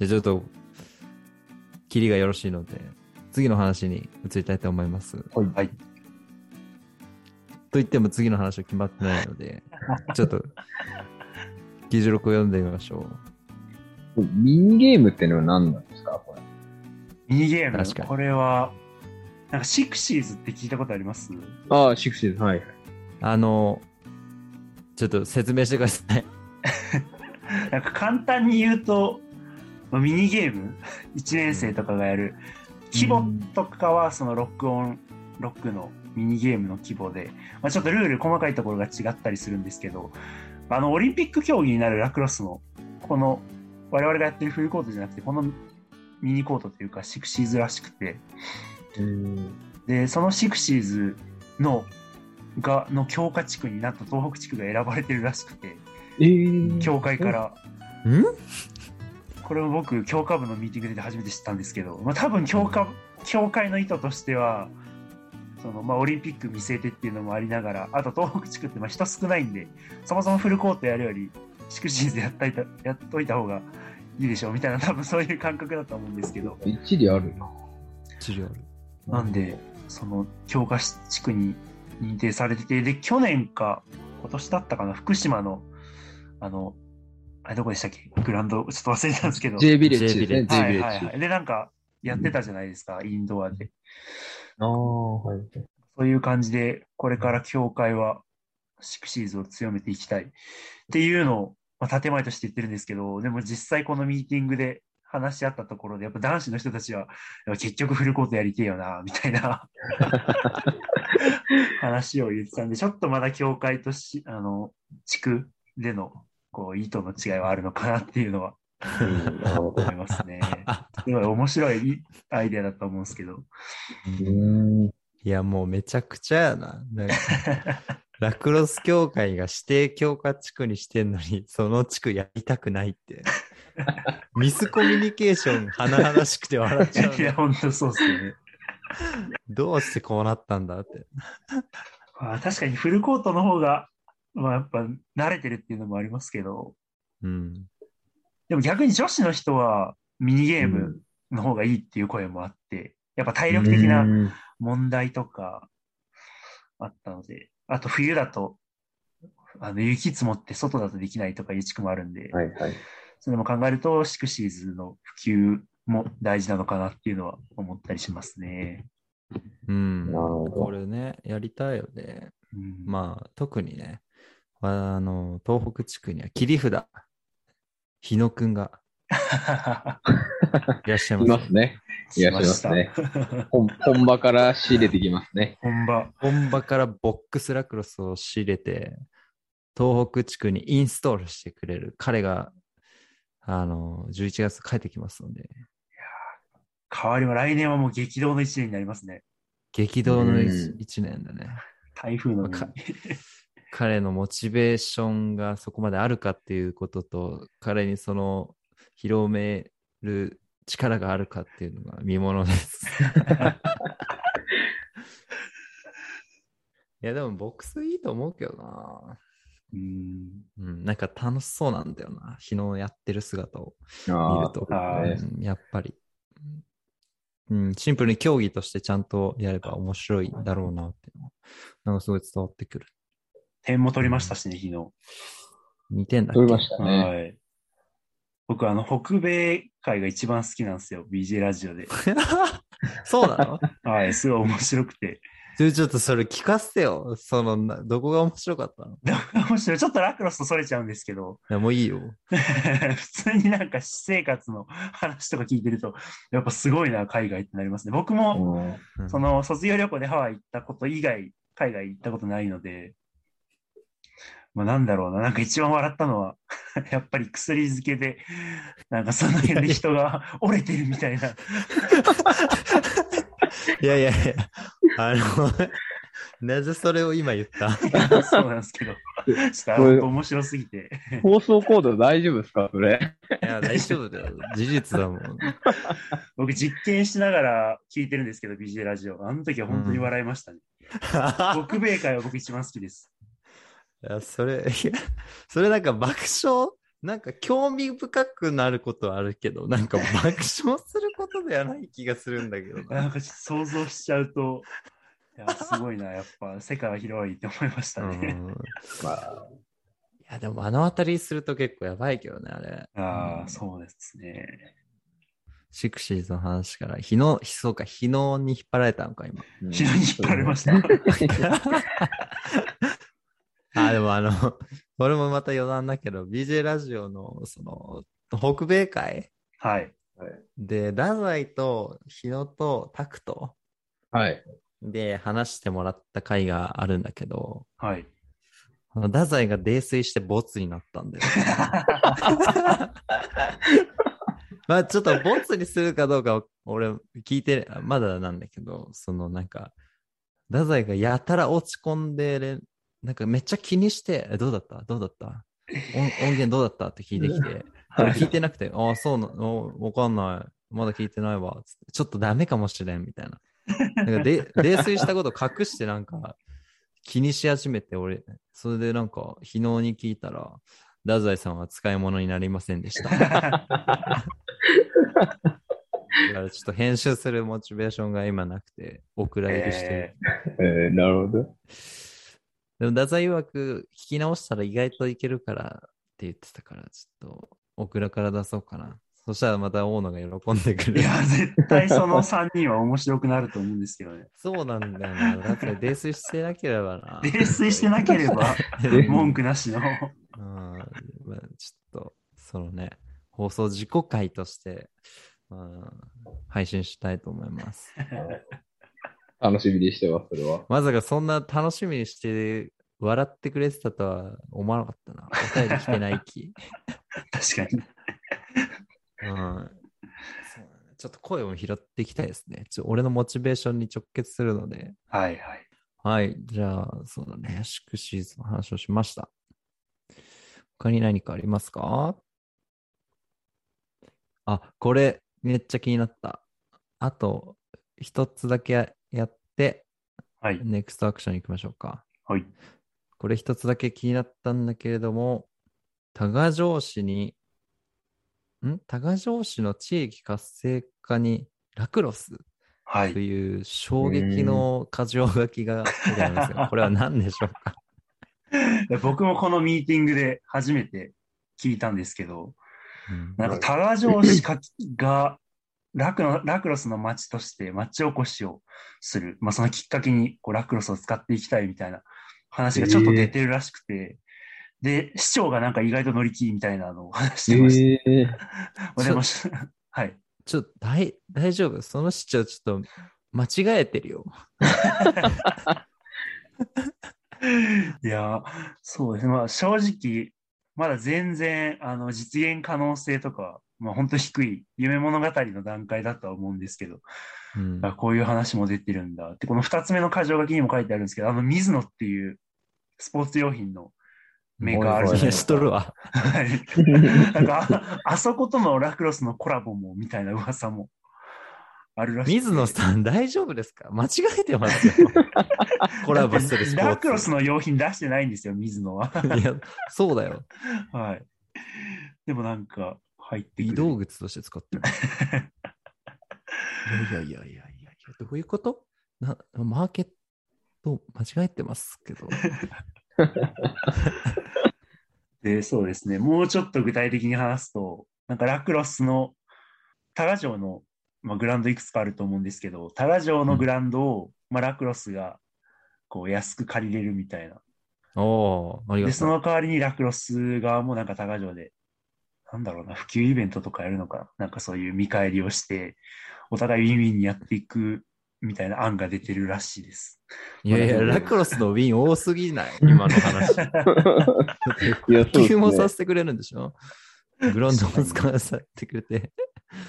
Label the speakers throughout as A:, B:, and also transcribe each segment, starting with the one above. A: じゃあちょっと、キリがよろしいので、次の話に移りたいと思います。と
B: はい。はい。
A: 言っても次の話は決まってないの で、ちょっと、議事録を読んでみましょ
B: ミニゲームってのは何なんですかこれ。
C: ミニゲーム
A: 確かに
C: これは、なんかシクシーズって聞いたことあります
B: ああ、シクシーズ。はい。
A: う。あの、ちょっと説明してくださ い。
C: なんか簡単に言うと、まあミニゲーム ?1 年生とかがやる。規模とかはそのロックオン、ロックのミニゲームの規模で、まあ、ちょっとルール細かいところが違ったりするんですけど、あの、オリンピック競技になるラクロスの、この、我々がやってるフルコートじゃなくて、このミニコートというか、シクシーズらしくて、
B: うん。
C: でそのシクシーズのがの強化地区になった東北地区が選ばれてるらしくて
B: えー
C: 協会から、
A: ん
C: これも僕強化部のミーティングで初めて知ったんですけど、まあ、多分強化協会の意図としてはそのまあ、オリンピック見据えてっていうのもありながらあと東北地区ってまあ人少ないんでそもそもフルコートやるよりシクシーズやったいたやっといた方がいいでしょうみたいな多分そういう感覚だと思うんですけど
B: 一理あるな。
A: 治療ある。
C: なんで、その強化地区に認定されてて、で、去年か、今年だったかな、福島の、あの、あれどこでしたっけ、グラウンド、ちょっと忘れたんですけど、
B: J ビレッジですね。
C: は
B: J
C: い
B: ビレ
C: は
B: ッ
C: い
B: ジ
C: は。い。で、なんか、やってたじゃないですか、インドアで。
B: ああ、はい。
C: そういう感じで、これから協会はシクシーズを強めていきたいっていうのを、まあ、建前として言ってるんですけど、でも実際このミーティングで話し合ったところで、やっぱ男子の人たちは、いや結局フルコートやりてえよな、みたいな話を言ってたんで、ちょっとまだ協会とし、あの、地区での、こう、意図の違いはあるのかなっていうのは
B: なるほ
C: 思いますね。すごい面白いアイデアだと思うんですけど。
B: うん。
A: いや、もうめちゃくちゃやな。 なんかラクロス協会が指定強化地区にしてんのに、その地区やりたくないって。ミスコミュニケーション、甚々しくて笑っちゃう
C: いや、
A: ね。
C: 本当そうっすよね。
A: どうしてこうなったんだって。
C: まあ、確かにフルコートの方が、まあ、やっぱ慣れてるっていうのもありますけど、
A: うん。
C: でも逆に女子の人はミニゲームの方がいいっていう声もあって、やっぱ体力的な
B: うん
C: 問題とかあったので、あと冬だと、あの雪積もって外だとできないとかいう地区もあるんで、
B: はいはい。
C: それも考えると、シクシーズの普及も大事なのかなっていうのは思ったりしますね。
A: うん。
B: なるほど
A: これね、やりたいよね。
C: うん
A: まあ、特にね、あの、東北地区には切り札、日野くんがいらっしゃい
B: い
A: ま。
B: ますすね。いらっしゃいますね。本本場から仕入れてきます ね。
C: 本場。
A: 本場からボックスラクロスを仕入れて、東北地区にインストールしてくれる彼が、あの、11月帰ってきますので、
C: 変わりも来年はもう激動の一年になりますね。
A: 激動の
B: うん
A: 1年だね。
C: 台風の
A: わか
C: 波。
A: 彼のモチベーションがそこまであるかっていうことと、彼にその広める力があるかっていうのが見ものです。いや、でもボックスいいと思うけどな。
C: うん
A: うん、なんか楽しそうなんだよな。日のやってる姿を。見
B: あ
A: ると、
C: あ
B: ー
A: うんやっぱり、うん、シンプルに競技としてちゃんとやれば面白いんだろうなっていうのはなんかすごい伝わってくる。
C: 点も取りましたしね、昨日。
A: 2点だ
B: あ、
A: っけ
B: 取りましたね。
C: はい。僕、あの、北米会が一番好きなんですよ、BJ ラジオで。
A: そうなの
C: はい、すごい面白くて。
A: ちょちょっとそれ聞かせてよ。そのな、どこが面白かったのい
C: 面白い。ちょっとラクロスとそれちゃうんですけど、
A: やもういいよ。
C: 普通になんか私生活の話とか聞いてると、やっぱすごいな、海外ってなりますね。僕も、
B: うん
A: うん
C: その、卒業旅行でハワイ行ったこと以外、海外行ったことないので、まあ、なんだろうな、なんか一番笑ったのは、 やっぱり薬漬けで、なんかその辺で人が折れてるみたいな。
A: いやいやいや、あの、 なぜそれを今言った
C: いやそうなんですけど、ちょっと
B: これ
C: 面白すぎて。
B: 放送コード大丈夫ですかそれ。
A: いや、大丈夫だよ。事実だもん。
C: 僕、実験しながら聞いてるんですけど、BJ ラジオ。あの時は本当に笑いましたね。北米会は僕一番好きです。
A: いや、それ、いや、それなんか爆笑なんか興味深くなることはあるけど、なんか爆笑することではない気がするんだけど
C: な
A: な。
C: んかちょっと想像しちゃうと、いや、すごいな、やっぱ世界は広いって思いました
A: う
C: ね。
A: ん
B: まあ、
A: いや、でもあの辺りすると結構やばいけどね、あれ。
C: ああ、そうですね。
A: シクシーズの話から、日の、そうか、日のに引っ張られたのか、今。
B: うん
C: 非常に引っ張られました。
A: あ、でも あの、俺もまた余談だけど、BJ ラジオの、その、北米会
C: はい。
A: で、太宰と日野とタクト
B: はい。
A: で話してもらった回があるんだけど、
C: はい。
A: あの太宰が泥酔してボツになったんだよ。まあちょっとボツにするかどうか俺聞いてあまだなんだけどそのなんか太宰がやたら落ち込んでれなんかめっちゃ気にしてえどうだったどうだった音音源どうだったって聞いてきて俺聞いてなくてああそうなのわかんないまだ聞いてないわつってちょっとダメかもしれんみたいななんかで泥酔したこと隠してなんか気にし始めて俺それでなんか昨日に聞いたら太宰さんは使い物になりませんでしただからちょっと編集するモチベーションが今なくて、お蔵入りしてる。
C: え
B: えーなるほ
A: で
B: ど。
A: も、太宰曰く聞き直したら意外といけるからって言ってたから、ちょっとお蔵から出そうかな。そしたらまた大野が喜んでく
C: ー
A: れ
C: い
A: る。
C: や、絶対その3人は面白くなると思うんですけどね。
A: そうなんだよな。だって泥酔してなければな。
C: 泥酔してなければ、文句なしの。
A: うん、まあ、ちょっと、そのね、放送自己回として、まあ、配信したいと思います。
B: 楽しみにしてます、それは。
A: まさかそんな楽しみにして笑ってくれてたとは思わなかったな。お便り来てない気。
C: 確かに。
A: うん。そうだねちょっと声を拾っていきたいですね。ちょ俺のモチベーションに直結するので。
C: はいはい。
A: はい。じゃあ、そうだね。シクシーズの話をしました。他に何かありますかあ、これ、めっちゃ気になった。あと、一つだけややって、
C: はい。
A: ネクストアクション行きましょうか。
C: はい。
A: これ一つだけ気になったんだけれども、多賀城市に、ん多賀城市の地域活性化にラクロス
C: は
A: と
C: い。
A: いう衝撃の箇条書きが書いてあります よ。これは何でしょうか
C: 僕もこのミーティングで初めて聞いたんですけど、
A: うん
C: なんか多賀城市かがラクロ ラクロスの町として町おこしをする、まあ、そのきっかけにこうラクロスを使っていきたいみたいな話がちょっと出てるらしくて、で、市長がなんか意外と乗り気みたいなのを話してまし
B: ええ
C: た。 まあでもしはい。
A: ちょっと大大丈夫その市長ちょっと間違えてるよ。
C: いやー、そうですね。まあ正直、まだ全然、あの、実現可能性とか、まあ本当低い夢物語の段階だとは思うんですけど、
A: うん
C: あこういう話も出てるんだって、この2つ目の箇条書きにも書いてあるんですけど、あの、ミズノっていうスポーツ用品のメーカーあるじゃない
A: い
C: で
A: や、
C: す
A: し
C: か。
A: とるわ。
C: はいなんかあ、あそことのラクロスのコラボも、みたいな噂もあるらしい。
A: 水野さん大丈夫ですか間違えてますよ。 コラボするスポーツ。
C: ラクロスの用品出してないんですよ、ミズノは。
A: いや、そうだよ。
C: はい。でもなんか、入ってくる。
A: 移動靴として使ってます。 いやいやいやいやいや、どういうことなマーケット間違えてますけど。
C: で、そうですね。もうちょっと具体的に話すと、なんかラクロスの、多賀城の、まあ、グラウンドいくつかあると思うんですけど、多賀城のグラウンドを、まあ、ラクロスが、こう、安く借りれるみたいな。
A: おー、ありが
C: で、
A: と。
C: そうの代わりにラクロス側もなんか多賀城で、なんだろうな、普及イベントとかやるのかな。なんかそういう見返りをして、お互いウィンウィンにやっていくみたいな案が出てるらしいです。
A: いやいや、ラクロスのウィン多すぎない今の 話。
B: いや、そう
A: 普
B: です
A: 及もさ
B: ね。
A: せてくれるんでしょグラウンドも使わせてくれて。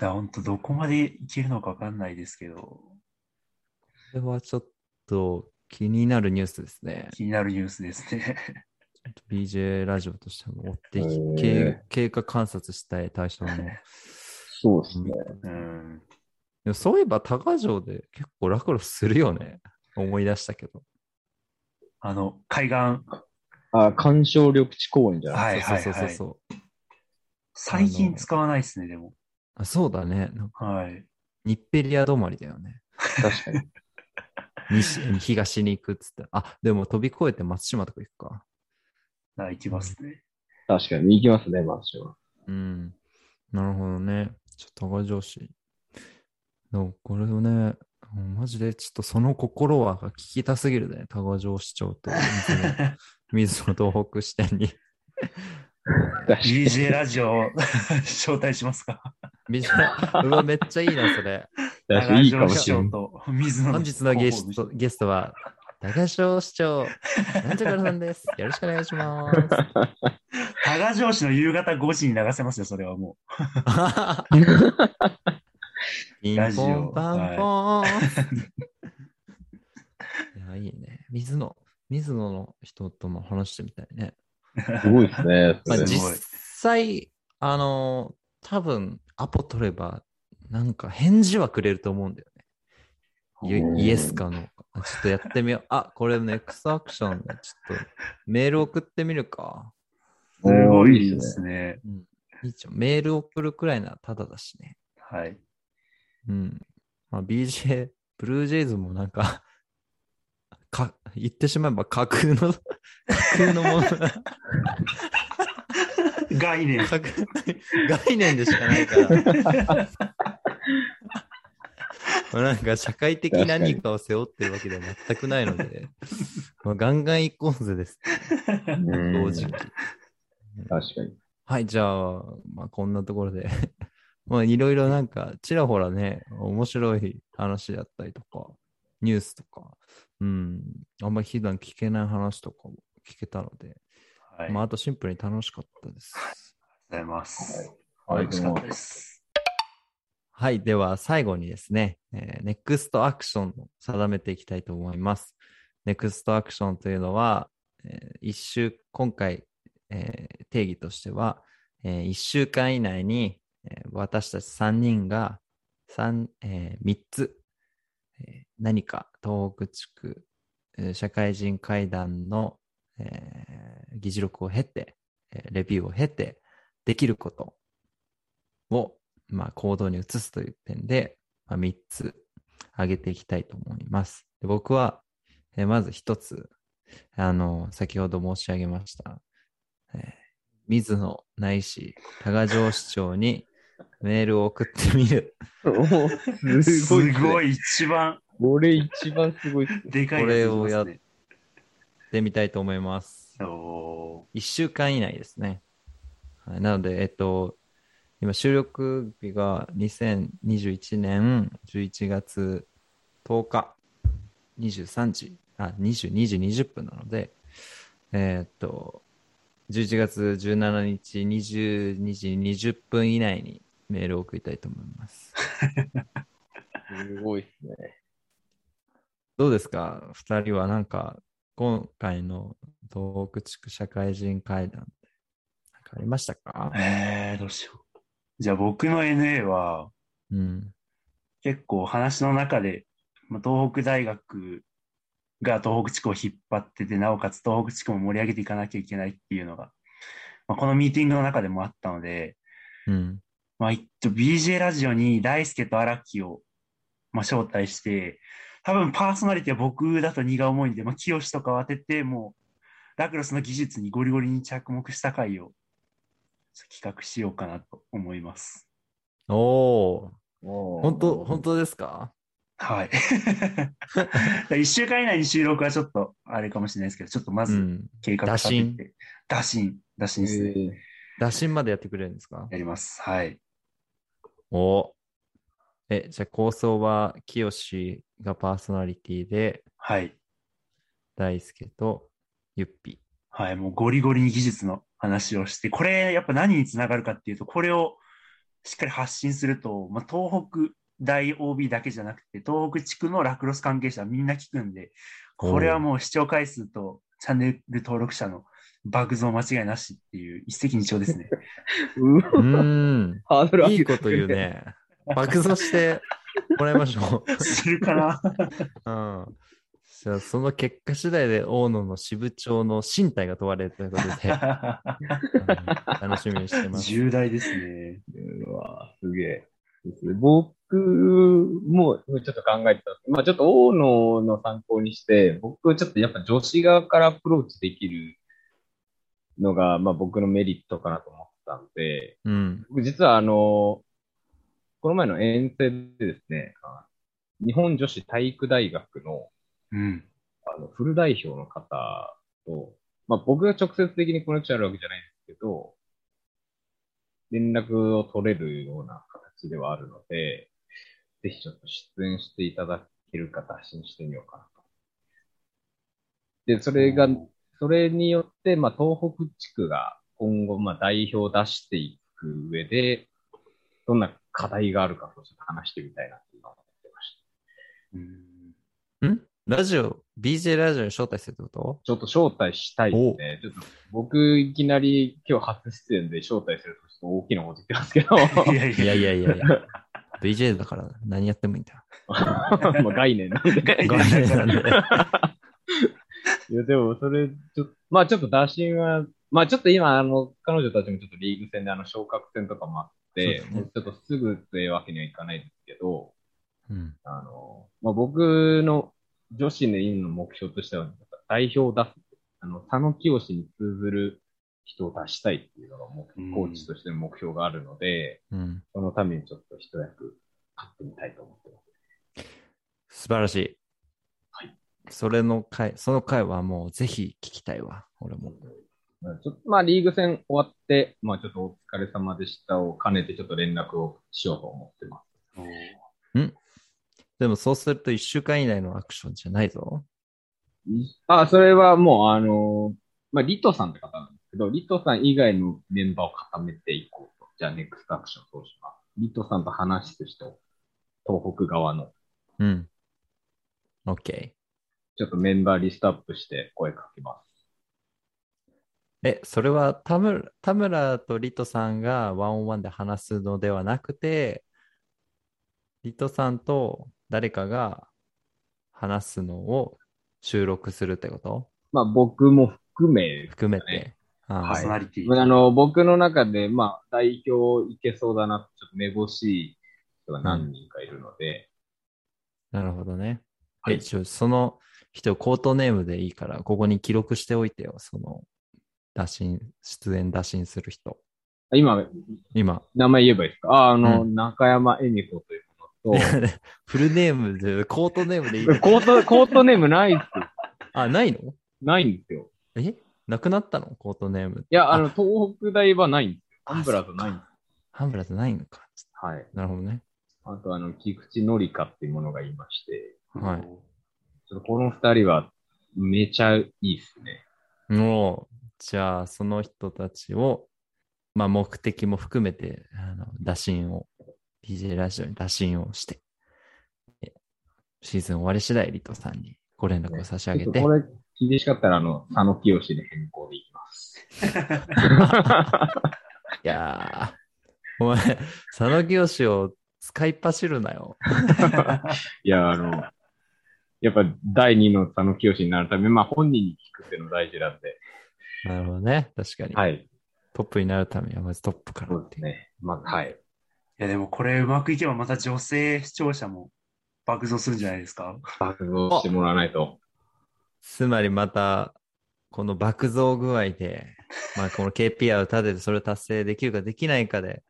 C: いや、本当どこまでいけるのかわかんないですけど、
A: これはちょっと気になるニュースですね。
C: 気になるニュースですね。
A: BJ ラジオとしても追ってい
B: へ
A: き
B: ー
A: 経、経過観察したい対象 の。
B: そうですね。
C: うん。
A: でもそういえば、高城で結構ラクロスするよね。思い出したけど。
C: あの、海岸、
B: あ、鑑賞緑地公園じゃない
C: はいはいはい
A: そうそうそうそう。
C: 最近使わないですね、でも。
A: あそうだね。なんか
C: はい。
A: 日ペリア止まりだよね。
B: 確かに。
A: 西東に行くっつって。あ、でも飛び越えて松島とか行くか。
C: あ行きますね。
B: 確かに。行きますね、マンションは。
A: うん。なるほどね。ちょっと高上司。でもこれをね、うんマジでちょっとその心は聞きたすぎるね。多賀城市長と 水野水野東北支店に。
B: 確かに。
C: DJ ラジオ 招待しますか
A: 水野うわ、めっちゃいいな、それ。
B: 確かにいいかも
C: 長
B: しれ
C: 城
B: ん。
C: と水 野の
A: 本日のゲストゲストは、高城市長、なんちゃからさん です。よろしくお願いします。
C: 多賀城市の夕方5時に流せますよ、それはも
A: ピン
C: ラジ
A: ポ
C: オ
A: ンパンポー ン。いや、いいね。水野、水野の人とも話してみたいね。
B: すごいですね。
A: まあ、
B: それ
C: じ
A: 実
C: ごい
A: 際、あの、多分アポ取れば、なんか返事はくれると思うんだよね。
C: う。
A: イ
B: おー
A: エイエスかノーか。あちょっとやってみよう。あ、これネクストアクションだ。ちょっとメール送ってみるか。
C: すごい
B: おー
C: で
B: っ
C: すね。
A: いいじゃん。メール送るくらいならタダだしね。
C: はい。
A: うん。まあ、BJ、ブルージェイズもなんか か、言ってしまえば架空の、 架空のもの、
C: 概念。
A: 架空概念でしかないから。 まあなんか社会的何かを背負ってるわけでは全くないので、まあ、ガンガン行こうぜです、
B: うん
A: 正直。
B: 確かに。
A: はい、じゃあ、まあ、こんなところで、 まあ、いろいろなんか、ちらほらね、面白い話だったりとか、ニュースとか、うん、あんまり普段聞けない話とかも聞けたので、
C: はい。あり
A: まあ、
C: がと
A: あと
C: う
A: シンプルに楽しかったです。
C: ございます。
B: はい
C: 楽しかったです。
A: はい、では最後にですね、えーネクストアクションを定めていきたいと思います。ネクストアクションというのは、え1週、今回、えー定義としては、え1週間以内に、えー私たち3人が 3,、え3つ、えー何か東北地区、えー社会人会談の、えー議事録を経て、えーレビューを経て、できることをまあ、行動に移すという点で、まあ、3つ挙げていきたいと思います。で僕は、えーまず1つ、あの、先ほど申し上げました、えー水野ないし、多賀城市長にメールを送ってみる。
B: おす
C: す
B: ごい。
C: ご
B: い。
C: い、一番
B: これ一番すごいっすね。
C: でかい
A: これをや
C: や
A: っ
C: つで
A: でみたいと思います
C: す。ね。お
A: 1週間以内ですね。はい、なので、えっと、今収録日が2021年11月10日23時、あ、22時20分なので、えっと、11月17日22時20分以内にメールを送りたいと思います。
B: すごいっすね。
A: どうですか二人はなんか、今回の東北地区社会人会談で、なんかありましたか
C: ーえー、どうしよう。じゃあ僕の NA は、
A: うん。
C: 結構話の中で、まあ、東北大学が東北地区を引っ張ってて、なおかつ東北地区も盛り上げていかなきゃいけないっていうのが、まあ、このミーティングの中でもあったので、
A: うん。
C: まあ、一応 BJ ラジオに大輔と荒木を、まあ、招待して、多分パーソナリティは僕だと荷が重いんで、まあ、清とかを当てて、もうラクロスの技術にゴリゴリに着目した回を企画しようかなと思います。
A: おお、本
B: 本
A: 当本当ですか
C: はい。1週 間以内に収録はちょっとあれかもしれないですけど、ちょっとま
A: う
C: ず
A: ん。
C: 計画立
A: 打診
C: てて、打診、打診ですね。
A: 打診までやってくれるんですか
C: やります。はい。
A: おお。え、じゃあ構想は、清がパーソナリティで、
C: はい。
A: 大輔とゆっぴ。
C: はい。もうゴリゴリに技術の話をして、これやっぱ何につながるかっていうと、これをしっかり発信すると、まあ、東北大 OB だけじゃなくて、東北地区のラクロス関係者はみんな聞くんで、これはもう視聴回数とチャンネル登録者の爆増間違いなしっていう一石二鳥で すね。
B: う
A: う
B: わ
A: ーん。
B: ハードル上
A: い
B: げ
A: い
B: て
A: こ
B: く
A: と
B: れ
A: 言う。ね。爆走してもらいましょう。
C: するかな
A: うん。じじゃあその結果次第で大野の支部長の身体が問われるということで あの楽しみにしてます。
C: 重大ですね。
B: うわすげえ。ですね僕もちょっと考えてたんですけど、まあちょっと大野の参考にして、僕ちょっとやっぱ女子側からアプローチできるのが、まあ僕のメリットかなと思ったんで、
A: うん。
B: 僕実はあの、この前の遠征でですね、あ日本女子体育大学の
C: うん。
B: あのフル代表の方と、まあ、僕が直接的にコネクションあるわけじゃないんですけど、連絡を取れるような形ではあるので、ぜひちょっと出演していただける方、発信してみようかなと。で、それが、それによって、まあ、東北地区が今後、まあ、代表を出していく上で、どんな課題があるかとちょっと話してみたいなって今思ってました。
C: うん
A: ラジオ、BJ ラジオに招待するってこ
B: ちょっと招待したいですね。ちょっと僕、いきなり今日初出演で招待するとちょっと大きなこと言ってますけど、
C: いやい
A: とい
C: や
A: やいやいや いや。BJ だから何やってもいいんだ。
B: まあ概念なんで。
A: ごめんなんで。
B: いや、でもそれ、ちょまあちょっと打診は、まあちょっと今、あの、彼女たちもちょっとリーグ戦であの昇格戦とかもあって、
A: そうですね
B: もうちょっとすぐというわけにはいかないですけど、
A: うん。
B: あの、まあ僕の女子の今の目標としては、代表を出す。あの、佐野清に通ずる人を出したいっていうのが目
C: うん
B: コーチとしての目標があるので、
A: うん。
B: そのためにちょっと一役買ってみたいと思ってます。
A: 素晴らしい。
B: はい。
A: それの回、その回はもうぜひ聞きたいわ。俺も。
B: まあちょっとまあ、リーグ戦終わって、まあ、ちょっとお疲れ様でしたを兼ねて、ちょっと連絡をしようと思ってます。
C: おー
A: でもそうすると1週間以内のアクションじゃないぞ。
B: あ、それはもう、あのーまあ、リトさんって方なんですけど、リトさん以外のメンバーを固めていこうと。じゃあ、ネクストアクションそうします。リトさんと話す人、東北側の、
A: うん。OK。
B: ちょっとメンバーリストアップして声かけます。
A: え、それは田村田村とリトさんがワンオンワンで話すのではなくて、リトさんと誰かが話すのを収録するってこと
B: まあ、僕も含め、
A: 含めて。
B: ね
A: あ
C: パー
A: ー
C: ソナリティ。
B: あの、僕の中で、まあ、代表いけそうだな、ちょっとめぼしい人が何人かいるので、
A: なるほどね。
B: はい
A: えちょその人、コートネームでいいから、ここに記録しておいてよ。その、打診、出演打診する人。
B: 今、
A: 今、
B: 名前言えばいいですかあ、あの、中山恵美子というもの
A: フルネームで、コートネームでいいの
B: と、コート、 コートネームないっすよ
A: あ、ないの
B: ないんですよ。
A: えなくなったのコートネーム。
B: いや、あの、東北大はないんですよ。
A: あ
B: アンブラーズないんです。
A: ハンブラーズないのか。
B: はい。
A: なるほどね。
B: あと、あの、菊池のりかっていうものがいまして、
A: はい
C: おー
B: ちょっとこの二人は、めちゃいいっすね。
A: もう、じゃあ、その人たちを、まあ、目的も含めて、あの打診を、BJ ラジオに打診をして、えシーズン終わり次第、リトさんにご連絡を差し上げ。
B: ちょってとこれ、厳しかったら、あの、佐野清で変更でいき ます。
A: いやー、お前、佐野清を使いっ走るなよ。
B: いや、あの、やっぱ第二の佐野清になるため、まあ本人に聞くっていうの大事なんで。
A: なるほどね。確かに。
B: はい。
A: トップになるためには、まずトップから
B: そう
A: って
B: です
A: いう。
B: ね。まあ、はい。
C: いやでもこれうまくいけばまた女性視聴者も爆増するんじゃないですか。
B: 爆増してもらわないと。
A: つまりまた、この爆増具合で、まあ、この KPI を立ててそれを達成できるかできないかで、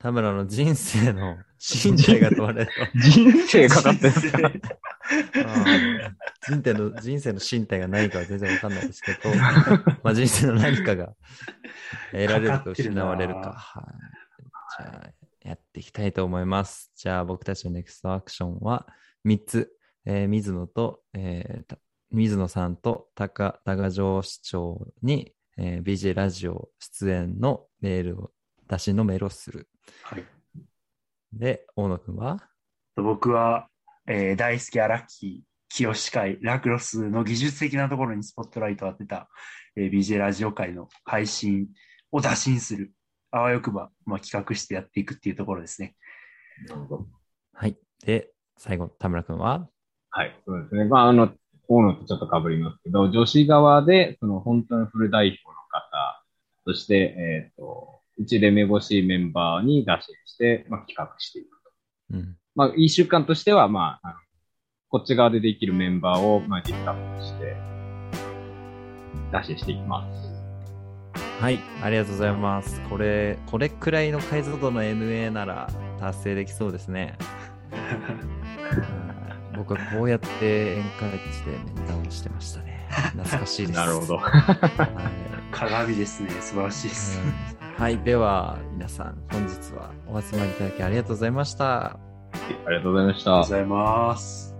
A: 田村の人生の信体が問われる
B: 人生かか ってる。
A: と。 人生の、人生の身体が何かは全然わかんないですけ ど、まあ、人生の何かが得られるか失われるか。
C: か
A: はい、じゃあ、やっていきたいと思います。じゃあ、僕たちのネクストアクションは3つ。えー水野と、えーた水野さんと高高城市長に、えー BJ ラジオ出演のメールを、打診のメールをする。
C: はい
A: で、大野くんは
C: 僕は、えー大好き荒木清会ラクロスの技術的なところにスポットライトを当てた、えー BJ ラジオ界の配信を打診する。あわよくば、まあ、企画してやっていくっていうところですね。
A: はい。で、最後、田村くんは
B: はい。そうですね。まあ、あの、大野とちょっと被りますけど、女子側で、その本当のフル代表の方、そして、えっ、と、うちで目星メンバーに打診して、まあ、企画していく。
A: うん。
B: まあ、いい習慣としては、まあ、あのこっち側でできるメンバーを、まあ、リストアップして、打診していきます。
A: はい、ありがとうございます。これ、これくらいの解像度の NA なら達成できそうですね。うん僕はこうやってエンカレッジで面談をしてましたね。懐かしいです。
B: なるほど。
A: はい
C: 鏡ですね。素晴らしいです。
A: はい、では皆さん本日はお集まりいただきありがとうございました。
B: ありがとうございました
C: ありがとうご。ざいます。